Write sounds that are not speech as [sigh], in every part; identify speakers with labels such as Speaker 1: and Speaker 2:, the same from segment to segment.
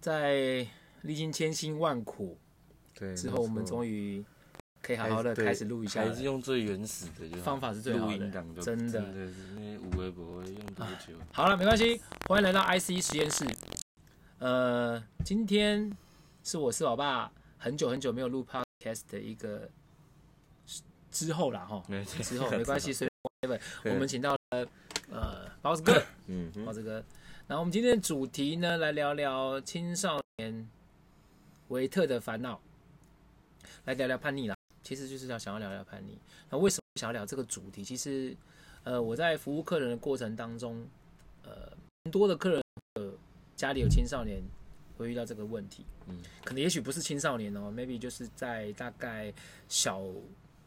Speaker 1: 在历经千辛万苦
Speaker 2: 对，
Speaker 1: 之后，我们终
Speaker 2: 于
Speaker 1: 于可以好好的
Speaker 2: 哎对
Speaker 1: 开始录一下
Speaker 2: 还
Speaker 1: 了。
Speaker 2: 是用最原始的就好
Speaker 1: 方法是最好的
Speaker 2: 录音档就
Speaker 1: 真的
Speaker 2: 真的是那些无微不微用多
Speaker 1: [laughs]
Speaker 2: 久？
Speaker 1: 好了，没关系，欢迎来到 IC 实验室。呃，今天是我是老爸很久很久没有录 podcast 的一个之后啦，哈，
Speaker 2: 没
Speaker 1: 之
Speaker 2: [laughs]
Speaker 1: 后没关系，随便
Speaker 2: 对
Speaker 1: 我们请到了呃包子哥，
Speaker 2: 嗯哼
Speaker 1: 包子哥。然后我们今天的主题呢，来聊聊青少年维特的烦恼，来聊聊叛逆啦。其实就是要想要聊聊叛逆。那为什么想要聊这个主题？其实，呃，我在服务客人的过程当中，呃，很多的客人呃家里有青少年会遇到这个问题。
Speaker 2: 嗯，
Speaker 1: 可能也许不是青少年哦，maybe 就是在大概小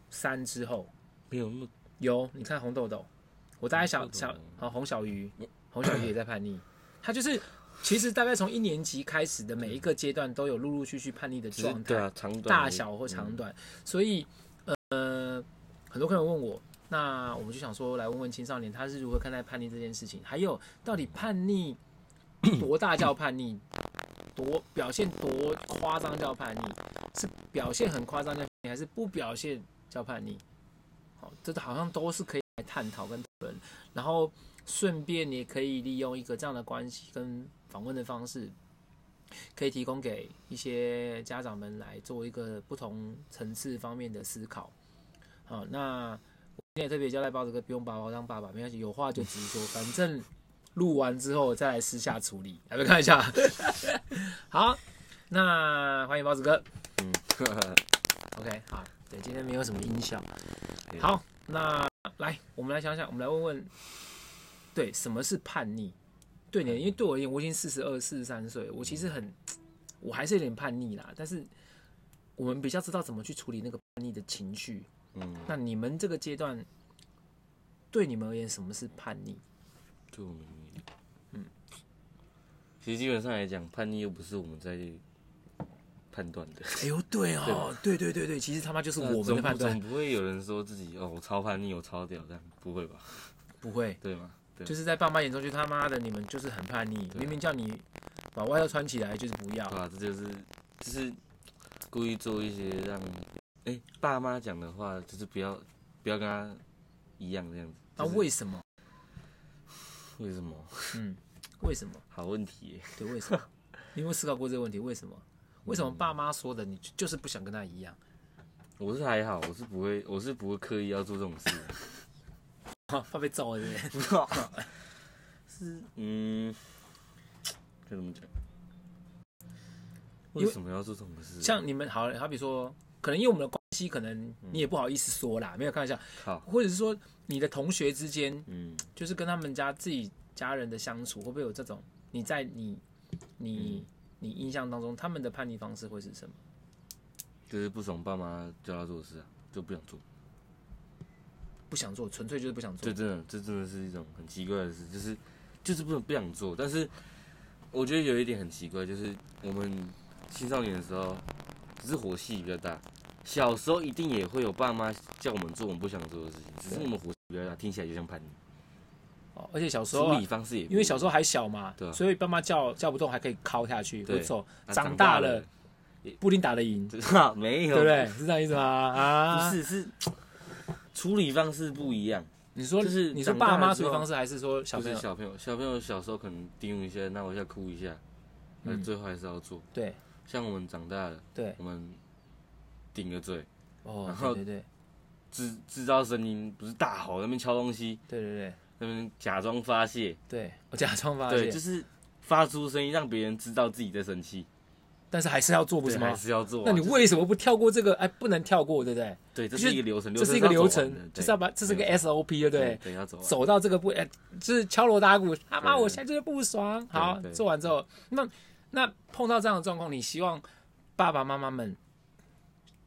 Speaker 1: 三之后，
Speaker 2: 没有那么
Speaker 1: 有，你看红豆豆，我大概
Speaker 2: 红
Speaker 1: 想
Speaker 2: 豆豆
Speaker 1: 想，好红小鱼，红小鱼也在叛逆，他就是其实大概从一年级开始的每一个阶段都有陆陆续续叛逆的
Speaker 2: 只是
Speaker 1: 状态
Speaker 2: 对，啊，长短
Speaker 1: 大
Speaker 2: 而已
Speaker 1: 小或长
Speaker 2: 嗯
Speaker 1: 短，所以呃，很多客人问我，那我们就想说来问问青少年他是如何看待叛逆这件事情，还有到底叛逆多大叫叛逆，多表现多夸张叫叛逆，是表现很夸张叫叛逆，还是不表现叫叛逆？好，这好像都是可以来探讨跟讨论，然后顺便也可以利用一个这样的关系跟访问的方式，可以提供给一些家长们来做一个不同层次方面的思考。好，那我今天也特别交代包子哥，不用把我当爸爸，没关系，有话就直说，反正录完之后再来私下处理，来不看一下。 [laughs] 好，那欢迎包子哥。
Speaker 2: 嗯，
Speaker 1: OK，好，对，今天没有什么音效。
Speaker 2: 对
Speaker 1: 好，那来，我们来想想，我们来问问，对，什么是叛逆？对你，因为对我而言，我已经四十二、四十三岁，我其实很，我还是有点叛逆啦。但是我们比较知道怎么去处理那个叛逆的情绪。
Speaker 2: 嗯，
Speaker 1: 那你们这个阶段，对你们而言，什么是叛逆？
Speaker 2: 就我们嗯，其实基本上来讲，叛逆又不是我们在判断的，
Speaker 1: 哎呦，对呃哦，对对对对，其实他妈就是我们
Speaker 2: 总
Speaker 1: 的
Speaker 2: 不
Speaker 1: 判断
Speaker 2: 总，不会有人说自己哦，我超叛逆，我超屌，这样不会吧？
Speaker 1: 不会。
Speaker 2: 对吗？对，
Speaker 1: 就是是在爸妈眼中，就他妈的你们就是很叛逆，
Speaker 2: 对
Speaker 1: 明明叫你把外套穿起来，就是不要。
Speaker 2: 对啊，这就是就是故意做一些让哎、爸妈讲的话，就是不要不要跟他一样这样子。
Speaker 1: 那、
Speaker 2: 就是
Speaker 1: 啊为什
Speaker 2: [laughs]
Speaker 1: 么？
Speaker 2: 为什么？
Speaker 1: 嗯， [laughs] 为什么？
Speaker 2: 好问题耶、
Speaker 1: 对，为什么？你有没有思考过这个问题？为什么？为
Speaker 2: 嗯
Speaker 1: 什么爸妈说的你就就是不想跟他一样？
Speaker 2: 我是还好，我是不会，我是不会刻意要做这种事的。啊
Speaker 1: 怕被揍了对 [laughs] 不对？啊
Speaker 2: [laughs] 嗯，该怎么讲？
Speaker 1: 因为
Speaker 2: 为什么要做这种事？啊
Speaker 1: 像你们好，好比说，可能因为我们的关系，可能
Speaker 2: 嗯
Speaker 1: 你也不好意思说啦，没有开玩笑，
Speaker 2: 靠，
Speaker 1: 或者是说你的同学之间，
Speaker 2: 嗯，
Speaker 1: 就是跟他们家自己家人的相处，会不会有这种？你在你
Speaker 2: 嗯
Speaker 1: 你、你印象当中，他们的叛逆方式会是什么？
Speaker 2: 就是不爽爸妈叫他做的事啊，就不想做。
Speaker 1: 不想做，纯粹就是不想做
Speaker 2: 这。真的，这真的是一种很奇怪的事，就是就是不能不想做。但是我觉得有一点很奇怪，就是我们青少年的时候，只是火气比较大。小时候一定也会有爸妈叫我们做我们不想做的事情，只是我们火气比较大，听起来就像叛逆。
Speaker 1: 哦，而且小时候
Speaker 2: 处
Speaker 1: 啊
Speaker 2: 理方式也不一样，
Speaker 1: 因为小时候还小嘛，
Speaker 2: 对啊
Speaker 1: 所以爸妈叫叫不动还可以敲下去，
Speaker 2: 对
Speaker 1: 不走。
Speaker 2: 啊
Speaker 1: 长大
Speaker 2: 大
Speaker 1: 了，不一定打得赢，对
Speaker 2: 知 [laughs] 道啊没有？
Speaker 1: 不对？是这样意
Speaker 2: [laughs]
Speaker 1: 思吗？啊
Speaker 2: 不，是是处理方式不一样，
Speaker 1: 你说
Speaker 2: 就是
Speaker 1: 你说
Speaker 2: 长大
Speaker 1: 爸
Speaker 2: 了
Speaker 1: 妈处
Speaker 2: 之
Speaker 1: 理
Speaker 2: 后
Speaker 1: 方式，还是说小
Speaker 2: 就
Speaker 1: 朋
Speaker 2: 是
Speaker 1: 友？
Speaker 2: 小朋友，小朋友小时候可能叮一下，那我一下哭一下，那
Speaker 1: 嗯
Speaker 2: 最后还是要做。
Speaker 1: 对
Speaker 2: 像我们长大了，
Speaker 1: 对，
Speaker 2: 我们顶个嘴，
Speaker 1: 哦
Speaker 2: 然，后
Speaker 1: 对对对
Speaker 2: 制制造声音，不是大吼那边敲东西，
Speaker 1: 对对对
Speaker 2: 那边假装发泄，
Speaker 1: 对，我假装发
Speaker 2: 对，
Speaker 1: 现
Speaker 2: 就，是发出声音让别人知道自己在生气，
Speaker 1: 但是还是要做，不
Speaker 2: 对
Speaker 1: 是
Speaker 2: 还
Speaker 1: 吗？
Speaker 2: 是要做啊。
Speaker 1: 那你
Speaker 2: 就是
Speaker 1: 为什么不跳过这个？哎，不能跳过，对不对？
Speaker 2: 对，这
Speaker 1: 就是
Speaker 2: 一个流程，
Speaker 1: 这是一个流
Speaker 2: 要走完的
Speaker 1: 程，就是要把这是个 SOP，对不
Speaker 2: 对
Speaker 1: 对？
Speaker 2: 对要走完。
Speaker 1: 走到这个步，哎、就是敲锣打鼓，他妈
Speaker 2: 对
Speaker 1: 我现在就是不爽。好
Speaker 2: 对，对
Speaker 1: 做完之后，那那碰到这样的状况，你希望爸爸妈妈们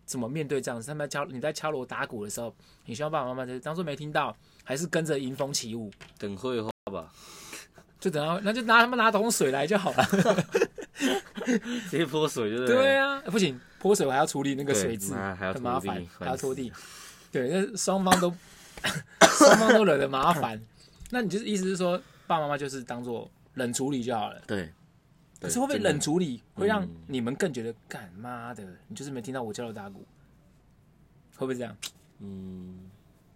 Speaker 1: 怎么面对这样子？他们在敲你在敲锣打鼓的时候，你希望爸爸妈妈就当做没听到，还是跟着迎风起舞？
Speaker 2: 等会话吧， [laughs]
Speaker 1: 就等到那 [laughs] 就拿他们拿桶水来就好了。
Speaker 2: 直接泼水就 [laughs] 对了。
Speaker 1: 对啊，不行，泼水我还要处理那个
Speaker 2: 对
Speaker 1: 水渍，
Speaker 2: 妈还要
Speaker 1: 很麻
Speaker 2: 拖地
Speaker 1: 烦，还
Speaker 2: 烦
Speaker 1: 要拖
Speaker 2: 死
Speaker 1: 地。对，那双方都 [coughs] 双方都惹得麻烦。那你就是意思是说，爸爸妈妈就是当做冷处理就好了。
Speaker 2: 对，
Speaker 1: 可是会不会冷处理会让
Speaker 2: 嗯
Speaker 1: 你们更觉得干妈的，你就是没听到我敲锣打鼓，会不会这样？
Speaker 2: 嗯，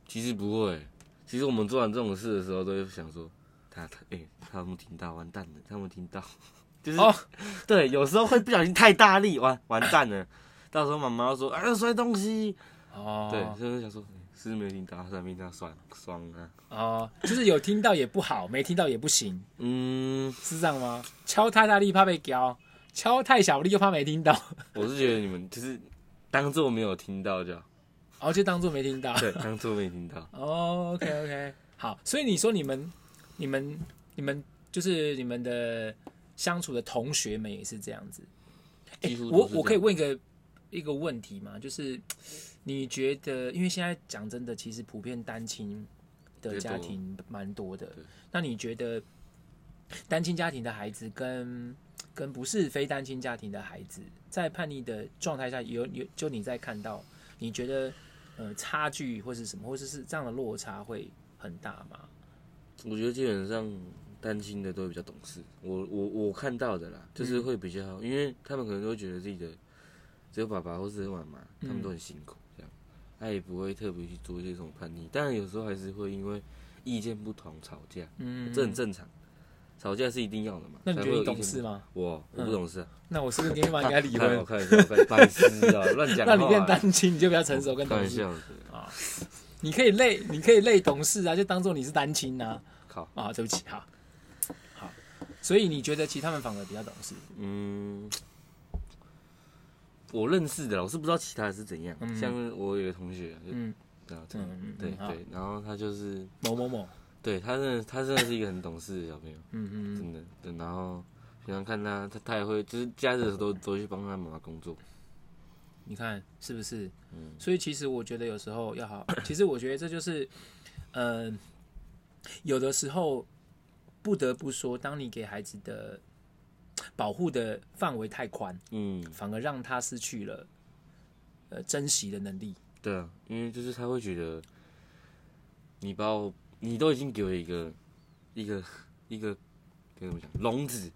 Speaker 2: 其实不会。其实我们做完这种事的时候，都会想说，他他哎、他们听到，完蛋了，他们听到， [laughs] 就是、
Speaker 1: 哦
Speaker 2: 对，有时候会不小心太大力，完完蛋了。到时候妈妈说啊摔东西，
Speaker 1: 哦，
Speaker 2: 对，所以就想说、哎是不是没有听到，算没听到，算爽啊。
Speaker 1: 哦，就是有听到也不好，没听到也不行，
Speaker 2: 嗯，
Speaker 1: 是这样吗？敲太大力怕被叼，敲太小力又怕没听到， [laughs]
Speaker 2: 我是觉得你们就是当做没有听到就好，
Speaker 1: 然哦后就当做没听到。
Speaker 2: 对，当做没听到。
Speaker 1: 哦，OK OK，好，所以你说你们、你们、你们就是你们的相处的同学们也是这样子。 [laughs] 哎、
Speaker 2: 几乎都
Speaker 1: 我
Speaker 2: 是
Speaker 1: 我
Speaker 2: 这
Speaker 1: 可以
Speaker 2: 样
Speaker 1: 问一个一个问题吗？就是你觉得，因为现在讲真的，其实普遍单亲的
Speaker 2: 也
Speaker 1: 家
Speaker 2: 多
Speaker 1: 庭蛮多的
Speaker 2: 对。
Speaker 1: 那你觉得单亲家庭的孩子跟跟不是非单亲家庭的孩子，在叛逆的状态下，有有就你在看到，你觉得呃差距或是什么，或者是这样的落差会很大吗？
Speaker 2: 我觉得基本上单亲的都会比较懂事，我我我看到的
Speaker 1: 嗯
Speaker 2: 啦，就是会比较，因为他们可能都会觉得自己的只有爸爸或是只有妈妈，
Speaker 1: 嗯
Speaker 2: 他们都很辛苦这样，他也不会特别去做一些什么叛逆，当然有时候还是会因为意见不同吵架，
Speaker 1: 嗯，
Speaker 2: 这很正常，吵架是一定要的嘛。
Speaker 1: 那你觉
Speaker 2: 才
Speaker 1: 得
Speaker 2: 会
Speaker 1: 你
Speaker 2: 有
Speaker 1: 懂
Speaker 2: 意见
Speaker 1: 事
Speaker 2: 不同？
Speaker 1: 吗？
Speaker 2: 我我不懂事、啊，
Speaker 1: 那我是不是跟你妈
Speaker 2: [laughs]
Speaker 1: 应该离婚
Speaker 2: 我？看一下，我看一下白痴
Speaker 1: [laughs]
Speaker 2: 啊，乱讲话啊。
Speaker 1: 那你变单亲，你就比较成熟跟
Speaker 2: 开
Speaker 1: 懂
Speaker 2: 玩
Speaker 1: 事。
Speaker 2: 笑的，
Speaker 1: 你可以累，你可以累懂事啊，就当做你是单亲啊。
Speaker 2: 靠，
Speaker 1: 啊，对不起，好，好。所以你觉得其实他们反而比较懂事？
Speaker 2: 嗯，我认识的啦，我是不知道其他的是怎样。
Speaker 1: 嗯
Speaker 2: 像我有一个同学啊，就
Speaker 1: 嗯
Speaker 2: 然后这样，
Speaker 1: 嗯嗯，
Speaker 2: 对
Speaker 1: 嗯好
Speaker 2: 对，然后他就是，
Speaker 1: 某某某，
Speaker 2: 对他真的，他真的是一个很懂事的小朋友，
Speaker 1: 嗯嗯
Speaker 2: 真的。对，然后平常看他，他他也会，就是假日的时候都都会去帮他妈妈工作。
Speaker 1: 嗯，你看是不是？
Speaker 2: 嗯
Speaker 1: 所以其实我觉得有时候要好， [coughs] 其实我觉得这就是，嗯、有的时候不得不说，当你给孩子的保护的范围太宽，
Speaker 2: 嗯，
Speaker 1: 反而让他失去了呃珍惜的能力。
Speaker 2: 对啊，因为就是他会觉得，你把我，你都已经给我一个一个一个，该怎么讲，笼子，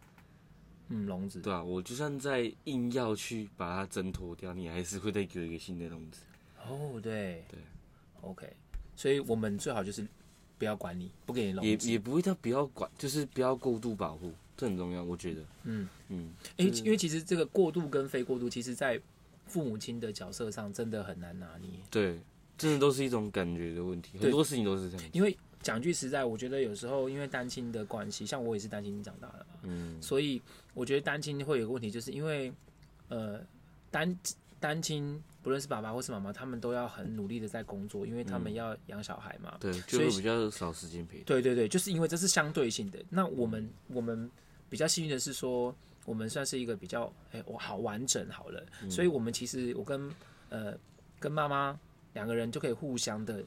Speaker 1: 嗯，笼子。
Speaker 2: 对啊，我就算再硬要去把它挣脱掉，你还是会再给我一个新的笼子。
Speaker 1: 哦，对
Speaker 2: 对
Speaker 1: ，OK，所以我们最好就是不要管你，不给你
Speaker 2: 也
Speaker 1: 笼子。
Speaker 2: 也不会到不要管，就是不要过度保护，这很重要，我觉得。
Speaker 1: 嗯
Speaker 2: 嗯，
Speaker 1: 因为因为其实这个过度跟非过度，其实在父母亲的角色上真的很难拿捏。
Speaker 2: 对，真的都是一种感觉的问题，
Speaker 1: 对
Speaker 2: 很多事情都是这样。
Speaker 1: 因为讲句实在，我觉得有时候因为单亲的关系，像我也是单亲长大的嘛，
Speaker 2: 嗯，
Speaker 1: 所以我觉得单亲会有个问题，就是因为呃单单亲不论是爸爸或是妈妈，他们都要很努力的在工作，因为他
Speaker 2: 嗯
Speaker 1: 们要养小孩嘛。
Speaker 2: 对，就
Speaker 1: 所以
Speaker 2: 会比较少时间陪。
Speaker 1: 对对对，就是因为这是相对性的。那我们
Speaker 2: 嗯
Speaker 1: 我们比较幸运的是说，我们算是一个比较哎我好完整好了，
Speaker 2: 嗯
Speaker 1: 所以我们其实我跟呃跟妈妈两个人就可以互相的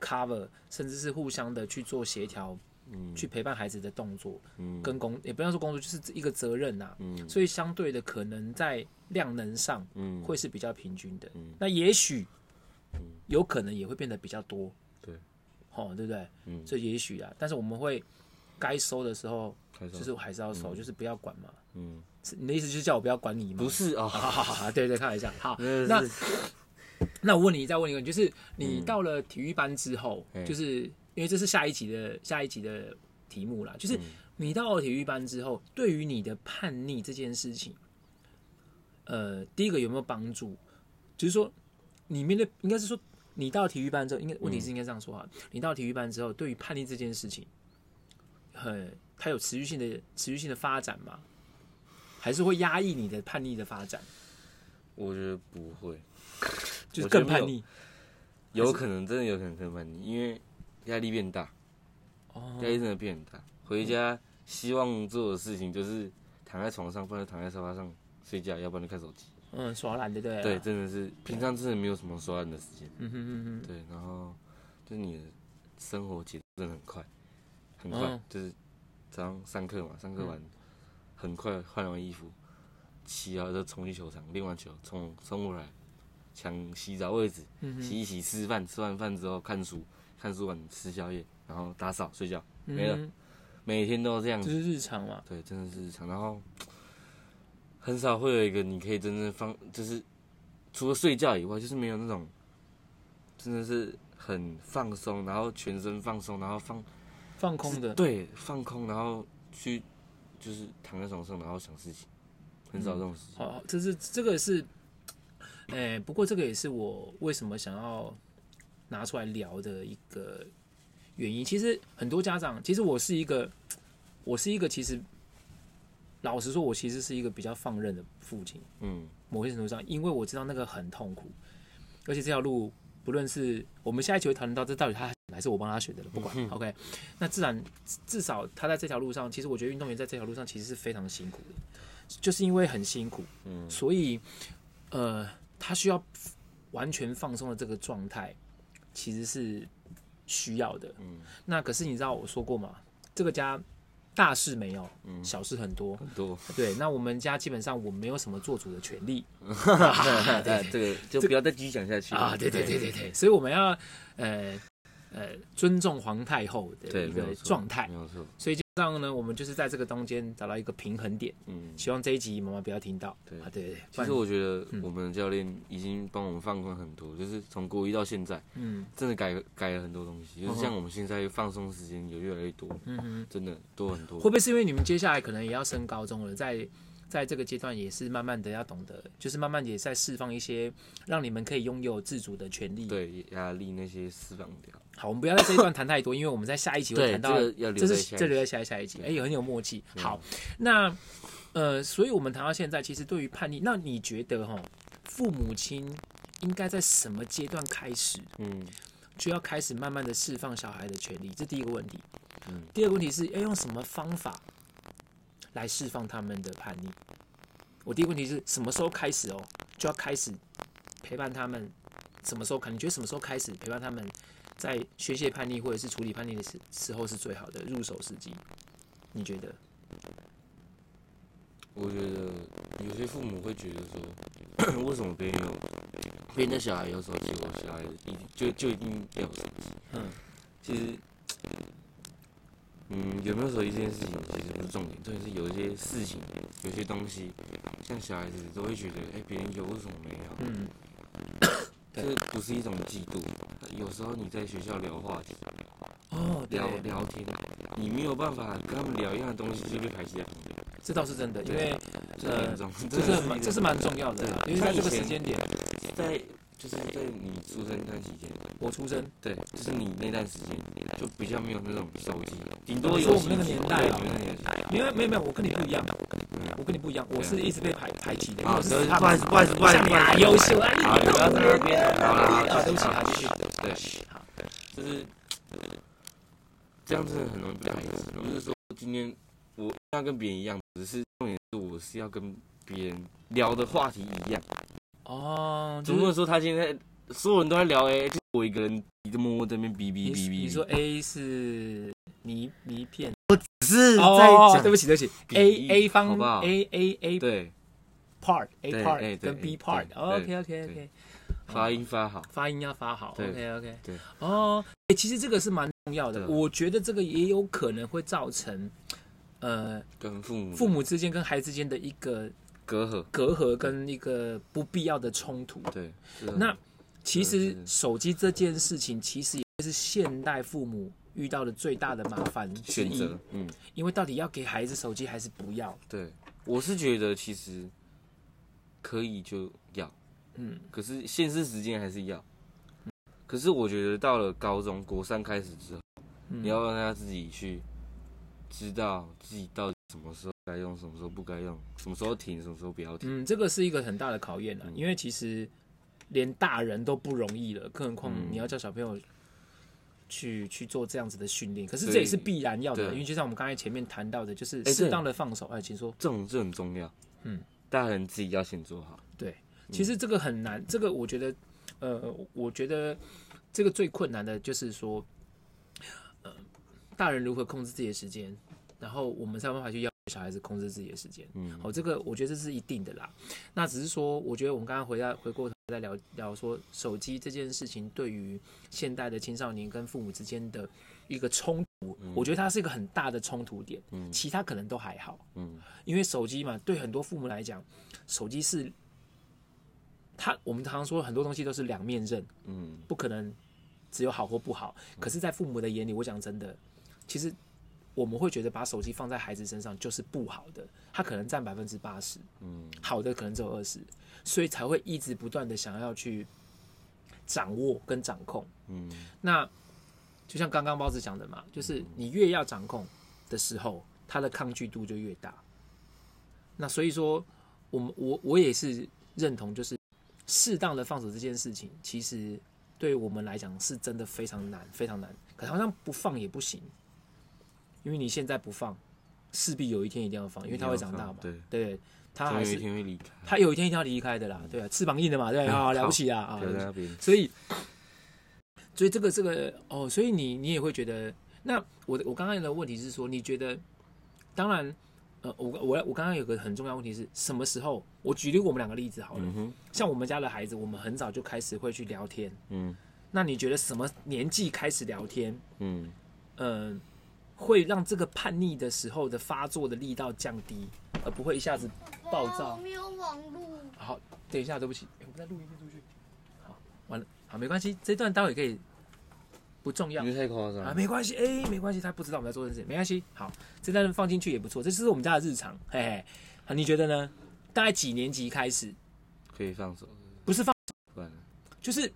Speaker 1: cover，甚至是互相的去做协调，
Speaker 2: 嗯
Speaker 1: 去陪伴孩子的动作
Speaker 2: 嗯
Speaker 1: 跟工，也不要说工作，就是一个责任呐、
Speaker 2: 嗯
Speaker 1: 所以相对的，可能在量能上
Speaker 2: 嗯，
Speaker 1: 会是比较平均的。
Speaker 2: 嗯
Speaker 1: 那也许有可能也会变得比较多，
Speaker 2: 对，
Speaker 1: 哦，对不对？
Speaker 2: 嗯
Speaker 1: 这也许啊，但是我们会该收的时候，
Speaker 2: 开始
Speaker 1: 就是还是要收，就是不要管嘛。
Speaker 2: 嗯，
Speaker 1: 是你的意思就是叫我不要管你吗？
Speaker 2: 不是嗯啊，
Speaker 1: 好好好好，对对，开玩笑。好，
Speaker 2: 真
Speaker 1: 那
Speaker 2: 的是
Speaker 1: 那我问你，再问一个，就是你到了体育班之后，
Speaker 2: 嗯
Speaker 1: 就是因为这是下一集的下一集的题目啦，
Speaker 2: 嗯
Speaker 1: 就是你到了体育班之后，对于你的叛逆这件事情，呃，第一个有没有帮助？就是说，你面对应该是说，你到体育班之后，应该问
Speaker 2: 嗯
Speaker 1: 题是应该这样说啊，你到体育班之后，对于叛逆这件事情，很它有持续性的持续性的发展吗？还是会压抑你的叛逆的发展，
Speaker 2: 我觉得不会，
Speaker 1: 就是
Speaker 2: 我觉得
Speaker 1: 更叛
Speaker 2: 没
Speaker 1: 逆
Speaker 2: 有可能真的有可能更叛逆，因为压力变大，
Speaker 1: 哦
Speaker 2: 压力真的变大。回家希望做的事情就是躺在床上，不然就躺在沙发上睡觉，要不然就看手机。
Speaker 1: 嗯，耍懒的对啊
Speaker 2: 对，真的是平常真的没有什么刷案的时间。
Speaker 1: 嗯哼嗯哼，
Speaker 2: 对，然后就是你的生活节奏真的很快，很快，
Speaker 1: 嗯
Speaker 2: 就是早上上课嘛，上课完、很快换完衣服，洗好就冲去球场练完球，冲冲过来抢洗澡位置，
Speaker 1: 嗯
Speaker 2: 洗一洗吃饭，吃完饭之后看书，看书完吃宵夜，然后打扫睡觉，
Speaker 1: 哼，
Speaker 2: 没了
Speaker 1: 嗯哼，
Speaker 2: 每天都这样
Speaker 1: 这
Speaker 2: 子。
Speaker 1: 是日常嘛。
Speaker 2: 对，真的是日常。然后很少会有一个你可以真正放，就是除了睡觉以外，就是没有那种真的是很放松，然后全身放松，然后放
Speaker 1: 放空的，
Speaker 2: 对放空，然后去就是躺在床上，然后想事情，很少这种事情。
Speaker 1: 好，这是这个是，哎、不过这个也是我为什么想要拿出来聊的一个原因。其实很多家长，其实我是一个，我是一个，其实老实说，我其实是一个比较放任的父亲。
Speaker 2: 嗯
Speaker 1: 某些程度上，因为我知道那个很痛苦，而且这条路不论是我们下一期会讨论到这到底他选还是我帮他选的了，不管、
Speaker 2: 嗯
Speaker 1: OK。那自然至少他在这条路上，其实我觉得运动员在这条路上其实是非常辛苦的，就是因为很辛苦，
Speaker 2: 嗯
Speaker 1: 所以呃，他需要完全放松的这个状态其实是需要的。
Speaker 2: 嗯，
Speaker 1: 那可是你知道我说过嘛，这个家大事没有，
Speaker 2: 嗯
Speaker 1: 小事很多。
Speaker 2: 很多。
Speaker 1: 对，那我们家基本上我没有什么做主的权利，
Speaker 2: 对 [laughs] 对，这个就不要再继续讲下去了 [laughs]
Speaker 1: 啊，对对对对对，所以我们要呃呃尊重皇太后的
Speaker 2: 对，
Speaker 1: 一
Speaker 2: 没
Speaker 1: 个
Speaker 2: 有错嗯
Speaker 1: 状态
Speaker 2: 没，有错。
Speaker 1: 所以就让呢，我们就是在这个中间找到一个平衡点。
Speaker 2: 嗯，
Speaker 1: 希望这一集妈妈不要听到，
Speaker 2: 对
Speaker 1: 啊，对对对，不
Speaker 2: 其
Speaker 1: 然
Speaker 2: 实我觉得
Speaker 1: 嗯
Speaker 2: 我们的教练已经帮我们放宽很多，就是从国一到现在，
Speaker 1: 嗯
Speaker 2: 真的改改了很多东西，就是像我们现在放松时间也越来越多，
Speaker 1: 嗯嗯，
Speaker 2: 真的多很多。
Speaker 1: 会不会是因为你们接下来可能也要升高中了，在在这个阶段也是慢慢的要懂得，就是慢慢地也在释放一些让你们可以拥有自主的权利。，
Speaker 2: 对压力那些释放掉？
Speaker 1: 好，我们不要在这一段谈太多，因为我们在下一集会
Speaker 2: 对，
Speaker 1: 谈
Speaker 2: 这
Speaker 1: 到
Speaker 2: 个要留
Speaker 1: 这
Speaker 2: 在
Speaker 1: 是
Speaker 2: 下一
Speaker 1: 这留
Speaker 2: 集。嗯
Speaker 1: 在下下一集，哎、也很有默契。好，那呃，所以我们谈到现在，其实对于叛逆，那你觉得哈，父母亲应该在什么阶段开始
Speaker 2: 嗯
Speaker 1: 就要开始慢慢的释放小孩的权利？这第一个问题。
Speaker 2: 嗯
Speaker 1: 第二个问题是要用什么方法来释放他们的叛逆？我第一个问题是什么时候开始哦，就要开始陪伴他们。什么时候看？你觉得什么时候开始陪伴他们在宣泄叛逆或者是处理叛逆的时时候是最好的入手时机？你觉得？
Speaker 2: 我觉得有些父母会觉得说，
Speaker 1: [coughs]
Speaker 2: 为什么别人有别人的小孩有手机，我小孩一定就就一定要有手机？
Speaker 1: 嗯
Speaker 2: 其实，嗯，有没有手机这件事情其实不是重点，重点是有一些事情，有些东西，像小孩子都会觉得，哎、别人有为什么没有？
Speaker 1: 嗯
Speaker 2: 这不是一种嫉妒，有时候你在学校聊话题、
Speaker 1: 哦，对
Speaker 2: 聊，聊天，你没有办法跟他们聊一样的东西，就被排挤在旁边，
Speaker 1: 这倒是真的，因为
Speaker 2: 啊这很严重。
Speaker 1: 这
Speaker 2: 真的
Speaker 1: 是蛮这是蛮重要的啦，啊因
Speaker 2: 对
Speaker 1: 为在
Speaker 2: 啊像以
Speaker 1: 这个时
Speaker 2: 前
Speaker 1: 间点，
Speaker 2: 在就是在你出生那段期间，
Speaker 1: 我出生，
Speaker 2: 对，就是你那段时间就比较没有那种手机，顶
Speaker 1: 我
Speaker 2: 多
Speaker 1: 说
Speaker 2: 有
Speaker 1: 我们那个年代啊
Speaker 2: 我们那个年代。
Speaker 1: 因为没有没有，我跟你不一样，
Speaker 2: 嗯
Speaker 1: 我跟你不一样，我是一直被排排挤的，因为
Speaker 2: 好，
Speaker 1: 我是死
Speaker 2: 不
Speaker 1: 胖
Speaker 2: 好意
Speaker 1: 子
Speaker 2: 思，不好意思，不
Speaker 1: 像你啊，
Speaker 2: 好意思，不好意思。
Speaker 1: 优秀啊，
Speaker 2: 好，
Speaker 1: 你
Speaker 2: 不要在那边。好了，好
Speaker 1: 啊，
Speaker 2: 了，
Speaker 1: 对不起啊，继续。
Speaker 2: 对，就是这样，真的很容易被排挤。我不是说今天我要跟别人一样，只是重点是我是要跟别人聊的话题一样。
Speaker 1: 嗯哦，
Speaker 2: 怎么说他现在所有人都在聊 A，就我一个人一直默默在那边哔
Speaker 1: 你
Speaker 2: 哔哔哔。
Speaker 1: 你说 A 是泥泥片，
Speaker 2: 是
Speaker 1: 哦，
Speaker 2: 在
Speaker 1: 对
Speaker 2: 讲
Speaker 1: 不起对不起
Speaker 2: 比
Speaker 1: ，A A
Speaker 2: 好
Speaker 1: 方
Speaker 2: 不好
Speaker 1: A A A
Speaker 2: 对
Speaker 1: part A
Speaker 2: 对哎
Speaker 1: part
Speaker 2: 对
Speaker 1: 跟 B
Speaker 2: 对
Speaker 1: part，
Speaker 2: 对
Speaker 1: OK OK OK，
Speaker 2: 发音发好，
Speaker 1: 发音要发好
Speaker 2: 对
Speaker 1: ，OK OK，
Speaker 2: 对，
Speaker 1: 哦，哎，其实这个是蛮重要的，
Speaker 2: 对
Speaker 1: 我觉得这个也有可能会造成，呃，
Speaker 2: 跟父母
Speaker 1: 父母之间跟孩子之间的一个
Speaker 2: 隔阂。
Speaker 1: 隔阂跟一个不必要的冲突。
Speaker 2: 对，是的
Speaker 1: 那其实
Speaker 2: 嗯是
Speaker 1: 手机这件事情，其实也是现代父母遇到的最大的麻烦之
Speaker 2: 选
Speaker 1: 一
Speaker 2: 择，嗯，
Speaker 1: 因为到底要给孩子手机还是不要？
Speaker 2: 对，我是觉得其实可以就要，
Speaker 1: 嗯，
Speaker 2: 可是限制时间还是要。可是我觉得到了高中国三开始之后，
Speaker 1: 嗯
Speaker 2: 你要让他自己去知道自己到底什么时候该用，什么时候不该用，什么时候停，什么时候不要停。
Speaker 1: 嗯，这个是一个很大的考验啊，
Speaker 2: 嗯
Speaker 1: 因为其实连大人都不容易了，更何况
Speaker 2: 嗯
Speaker 1: 你要叫小朋友去去做这样子的训练。可是
Speaker 2: 所以
Speaker 1: 这也是必然要的，啊
Speaker 2: 对
Speaker 1: 因为就像我们刚才前面谈到的，就是
Speaker 2: 对
Speaker 1: 适当的放手。哎，请说。
Speaker 2: 这种这很重要，
Speaker 1: 嗯，
Speaker 2: 大人自己要先做好。
Speaker 1: 对，其实这个很难，这个我觉得，呃，我觉得这个最困难的就是说，呃，大人如何控制自己的时间，然后我们才有办法去要求小孩子控制自己的时间。哦
Speaker 2: 嗯
Speaker 1: 好，这个我觉得这是一定的啦。那只是说，我觉得我们刚刚回到回过头来聊聊说，手机这件事情对于现代的青少年跟父母之间的一个冲突，
Speaker 2: 嗯
Speaker 1: 我觉得它是一个很大的冲突点，
Speaker 2: 嗯
Speaker 1: 其他可能都还好。
Speaker 2: 嗯
Speaker 1: 因为手机嘛，对很多父母来讲，手机是它我们常常说很多东西都是两面刃，
Speaker 2: 嗯
Speaker 1: 不可能只有好或不好。可是，在父母的眼里，我讲真的，其实我们会觉得把手机放在孩子身上就是不好的，它可能占百分之八十，
Speaker 2: 嗯
Speaker 1: 好的可能只有二十，所以才会一直不断的想要去掌握跟掌控。
Speaker 2: 嗯
Speaker 1: 那就像刚刚包子讲的嘛，就是你越要掌控的时候，它的抗拒度就越大。那所以说，我们我我也是认同，就是适当的放手这件事情，其实对我们来讲是真的非常难，非常难。可好像不放也不行，因为你现在不放，势必有一天一定要放，因为它会长大嘛
Speaker 2: 一定要放。对
Speaker 1: 对，它
Speaker 2: 总
Speaker 1: 还
Speaker 2: 有一
Speaker 1: 是啊
Speaker 2: 天会离开，
Speaker 1: 它有一天一定要离开的啦。对啊，翅膀硬的嘛，对啊，
Speaker 2: 嗯
Speaker 1: 了不起啊啊
Speaker 2: 留！在那边。
Speaker 1: 所以，所以这个这个哦，所以你你也会觉得，那我的我刚刚的问题是说，你觉得，当然，呃，我我我刚刚有个很重要的问题是什么时候？我举例我们两个例子好了，
Speaker 2: 嗯哼，
Speaker 1: 像我们家的孩子，我们很早就开始会去聊天。
Speaker 2: 嗯
Speaker 1: 那你觉得什么年纪开始聊天？
Speaker 2: 嗯
Speaker 1: 嗯、会让这个叛逆的时候的发作的力道降低，而不会一下子暴
Speaker 3: 我
Speaker 1: 躁。
Speaker 3: 没有网路，
Speaker 1: 好，等一下，对不起，哎我们在录音，出去。好，完了，好，没关系，这段待会可以不重要
Speaker 2: 因为太夸张
Speaker 1: 啊，
Speaker 2: 了。
Speaker 1: 没关系，哎、没关系，他不知道我们在做这件事情，没关系。好，这段放进去也不错，这是我们家的日常，嘿嘿。好，你觉得呢？大概几年级开始？
Speaker 2: 可以放手，
Speaker 1: 不是放，
Speaker 2: 不然呢
Speaker 1: 就是，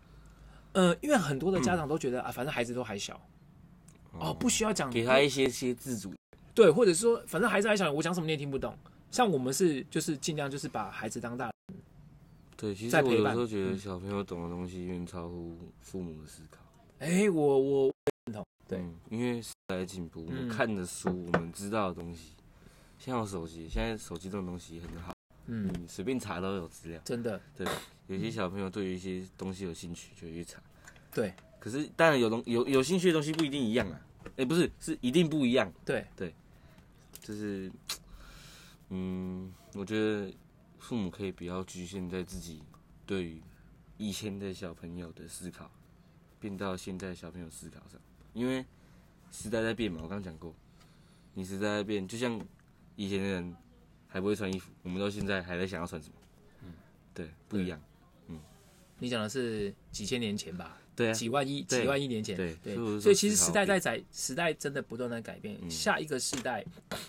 Speaker 1: 呃，因为很多的家长都觉得、啊，反正孩子都还小，哦，不需要讲，
Speaker 2: 嗯给他一些些自主。
Speaker 1: 对，或者是说，反正孩子还小，我讲什么你也听不懂。像我们是就是尽量就是把孩子当大人，
Speaker 2: 对，其实
Speaker 1: 在
Speaker 2: 我
Speaker 1: 陪
Speaker 2: 有
Speaker 1: 伴
Speaker 2: 时候觉得
Speaker 1: 嗯
Speaker 2: 小朋友懂的东西远超乎父母的思考。
Speaker 1: 哎、我我对
Speaker 2: 嗯，因为时代进步，我
Speaker 1: 嗯
Speaker 2: 们看的书，我们知道的东西，像我手机，现在手机这种东西很好，
Speaker 1: 嗯，
Speaker 2: 你随便查都有资料。
Speaker 1: 真的
Speaker 2: 有些小朋友对于一些东西有兴趣，就会去查。
Speaker 1: 对
Speaker 2: 可是当然有东有有兴趣的东西不一定一样啊，哎、不是，是一定不一样。
Speaker 1: 对，
Speaker 2: 就是，嗯，我觉得父母可以不要局限在自己对于以前的小朋友的思考，变到现在小朋友思考上，因为时代在变嘛。我刚刚讲过，你时代在变，就像以前的人还不会穿衣服，我们到现在还在想要穿什么，嗯，对，不一样，
Speaker 1: 你讲的是几千年前吧？
Speaker 2: 对啊，
Speaker 1: 几万亿、
Speaker 2: 对
Speaker 1: 几万亿年前，
Speaker 2: 对所以我
Speaker 1: 对，
Speaker 2: 说
Speaker 1: 所以其实
Speaker 2: 思
Speaker 1: 时
Speaker 2: 考
Speaker 1: 代
Speaker 2: 变
Speaker 1: 在改，时代真的不断的改变，
Speaker 2: 嗯
Speaker 1: 下一个世代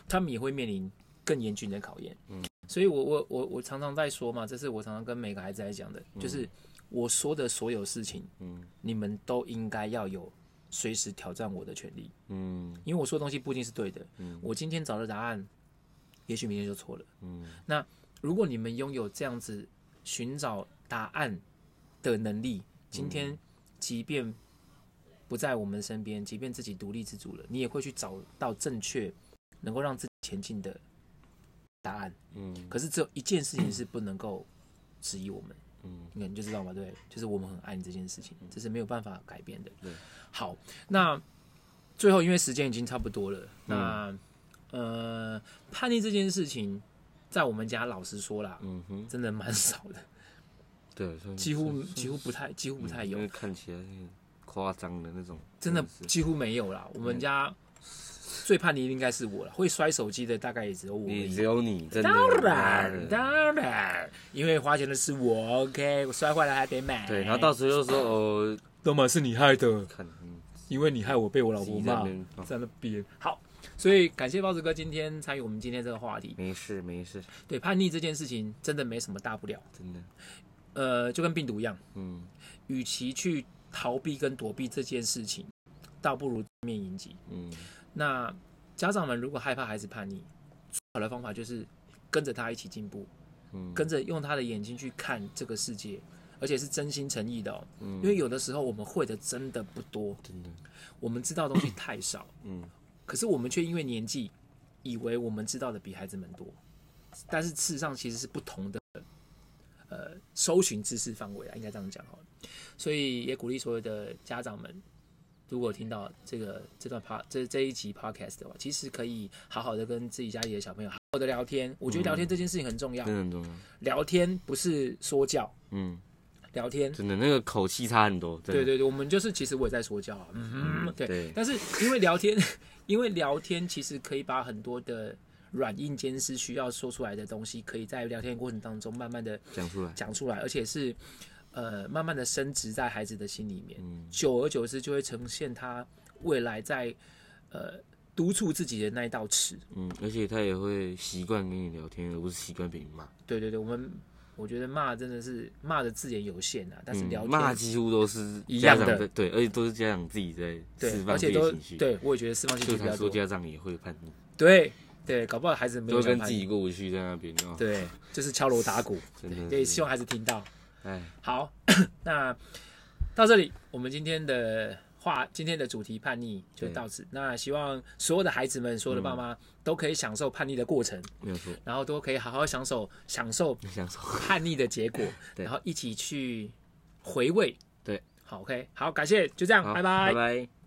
Speaker 1: 他们也会面临更严峻的考验。
Speaker 2: 嗯
Speaker 1: 所以我我我我常常在说嘛，这是我常常跟每个孩子在讲的，就是我说的所有事情，
Speaker 2: 嗯
Speaker 1: 你们都应该要有随时挑战我的权利，
Speaker 2: 嗯
Speaker 1: 因为我说的东西不一定是对的，
Speaker 2: 嗯
Speaker 1: 我今天找的答案，也许明天就错了。
Speaker 2: 嗯
Speaker 1: 如果你们拥有这样子寻找答案的能力，今
Speaker 2: 嗯
Speaker 1: 天即便不在我们身边，即便自己独立自主了，你也会去找到正确能够让自己前进的答案。
Speaker 2: 嗯
Speaker 1: 可是只有一件事情是不能够质疑我们，
Speaker 2: 嗯，
Speaker 1: 你看你就知道嘛，对，就是我们很爱你这件事情，这是没有办法改变的
Speaker 2: 对。
Speaker 1: 好，那最后因为时间已经差不多
Speaker 2: 嗯
Speaker 1: 了，那、呃，叛逆这件事情，在我们家老实说啦，
Speaker 2: 嗯哼，
Speaker 1: 真的蛮少的，
Speaker 2: 对，所以
Speaker 1: 几乎
Speaker 2: 所以
Speaker 1: 几乎不太几乎不太
Speaker 2: 嗯
Speaker 1: 有
Speaker 2: 因为，看起来很夸张的那种，
Speaker 1: 真的
Speaker 2: 是
Speaker 1: 几乎没有啦。我
Speaker 2: 嗯
Speaker 1: 们家最叛逆的应该是我了，会摔手机的大概也只有我而
Speaker 2: 你
Speaker 1: 已。
Speaker 2: 只有你，真的
Speaker 1: 当
Speaker 2: 妈
Speaker 1: 然，
Speaker 2: 的
Speaker 1: 当然，因为花钱的是我，OK，我摔坏了还得买。
Speaker 2: 对，然后到时候又说哦，
Speaker 1: 都嘛是你害的，
Speaker 2: 看，嗯
Speaker 1: 因为你害我被我老
Speaker 2: 自己在那边哦
Speaker 1: 在那边。好，所以感谢包子哥今天参与我们今天这个话题。
Speaker 2: 没事没事，
Speaker 1: 对叛逆这件事情，真的没什么大不了。
Speaker 2: 真的，
Speaker 1: 呃，就跟病毒一样，
Speaker 2: 嗯
Speaker 1: 与其去逃避跟躲避这件事情，倒不如正面迎击。
Speaker 2: 嗯
Speaker 1: 那家长们如果害怕孩子叛逆，最好的方法就是跟着他一起进步，
Speaker 2: 嗯，
Speaker 1: 跟着用他的眼睛去看这个世界，而且是真心诚意的哦。
Speaker 2: 因
Speaker 1: 因为有的时候我们会的真的不多，
Speaker 2: 嗯真的，
Speaker 1: 我们知道的东西太
Speaker 2: [coughs]
Speaker 1: 少，
Speaker 2: 嗯
Speaker 1: 可是我们却因为年纪，以为我们知道的比孩子们多，但是事实上其实是不同的，呃，搜寻知识范围啊，应该这样讲好了。所以也鼓励所有的家长们，如果听到这个这段 p 这这一集 podcast 的话，其实可以好好的跟自己家里的小朋友好好的
Speaker 2: 嗯
Speaker 1: 聊天。我觉得聊天这件事情很重要，
Speaker 2: 真的很重要，
Speaker 1: 聊天不是说教，
Speaker 2: 嗯
Speaker 1: 聊天。
Speaker 2: 真的那个口气差很多，真
Speaker 1: 对
Speaker 2: 的
Speaker 1: 对对，我们就是其实我也在说教啊，嗯哼，对。
Speaker 2: 对
Speaker 1: 但是因为聊天， [laughs] 因为聊天其实可以把很多的软硬兼施需要说出来的东西，可以在聊天过程当中慢慢的
Speaker 2: 讲出来，
Speaker 1: 讲出来，而且是呃慢慢的升值在孩子的心里面，
Speaker 2: 嗯，
Speaker 1: 久而久之就会呈现他未来在呃督促自己的那一道尺。
Speaker 2: 嗯，而且他也会习惯跟你聊天，而不是习惯被你骂。
Speaker 1: 对对对，我们我觉得骂真的是骂的字眼有限啊，但是
Speaker 2: 嗯
Speaker 1: 聊天、
Speaker 2: 骂几乎都是
Speaker 1: 一
Speaker 2: 家
Speaker 1: 样
Speaker 2: 长
Speaker 1: 的
Speaker 2: 在对，而且都是家长自己在释
Speaker 1: 对，
Speaker 2: 放
Speaker 1: 而
Speaker 2: 自
Speaker 1: 且
Speaker 2: 己的
Speaker 1: 都
Speaker 2: 情绪。，
Speaker 1: 对我也觉得释放情绪
Speaker 2: 所以
Speaker 1: 比
Speaker 2: 才
Speaker 1: 较
Speaker 2: 说
Speaker 1: 多。
Speaker 2: 家长也会叛逆，
Speaker 1: 对对，搞不好孩子没有
Speaker 2: 都
Speaker 1: 想
Speaker 2: 跟
Speaker 1: 法
Speaker 2: 自己过不去在那边哦。
Speaker 1: 对，就是敲锣打鼓，
Speaker 2: [laughs] 真的
Speaker 1: 对，
Speaker 2: 是，
Speaker 1: 希望孩子听到。
Speaker 2: 哎，
Speaker 1: 好，那到这里，我们今天的话，今天的主题叛逆就
Speaker 2: 对嗯
Speaker 1: 到此。那希望所有的孩子们，所有的爸妈、都可以享受叛逆的过程，
Speaker 2: 没有错，
Speaker 1: 然后都可以好好享受享受
Speaker 2: 想说，
Speaker 1: 叛逆的结果，
Speaker 2: [laughs] 对
Speaker 1: 然后一起去回味。
Speaker 2: 对，
Speaker 1: 好，OK，好，感谢，就这样，
Speaker 2: 好
Speaker 1: 拜拜
Speaker 2: 拜。拜。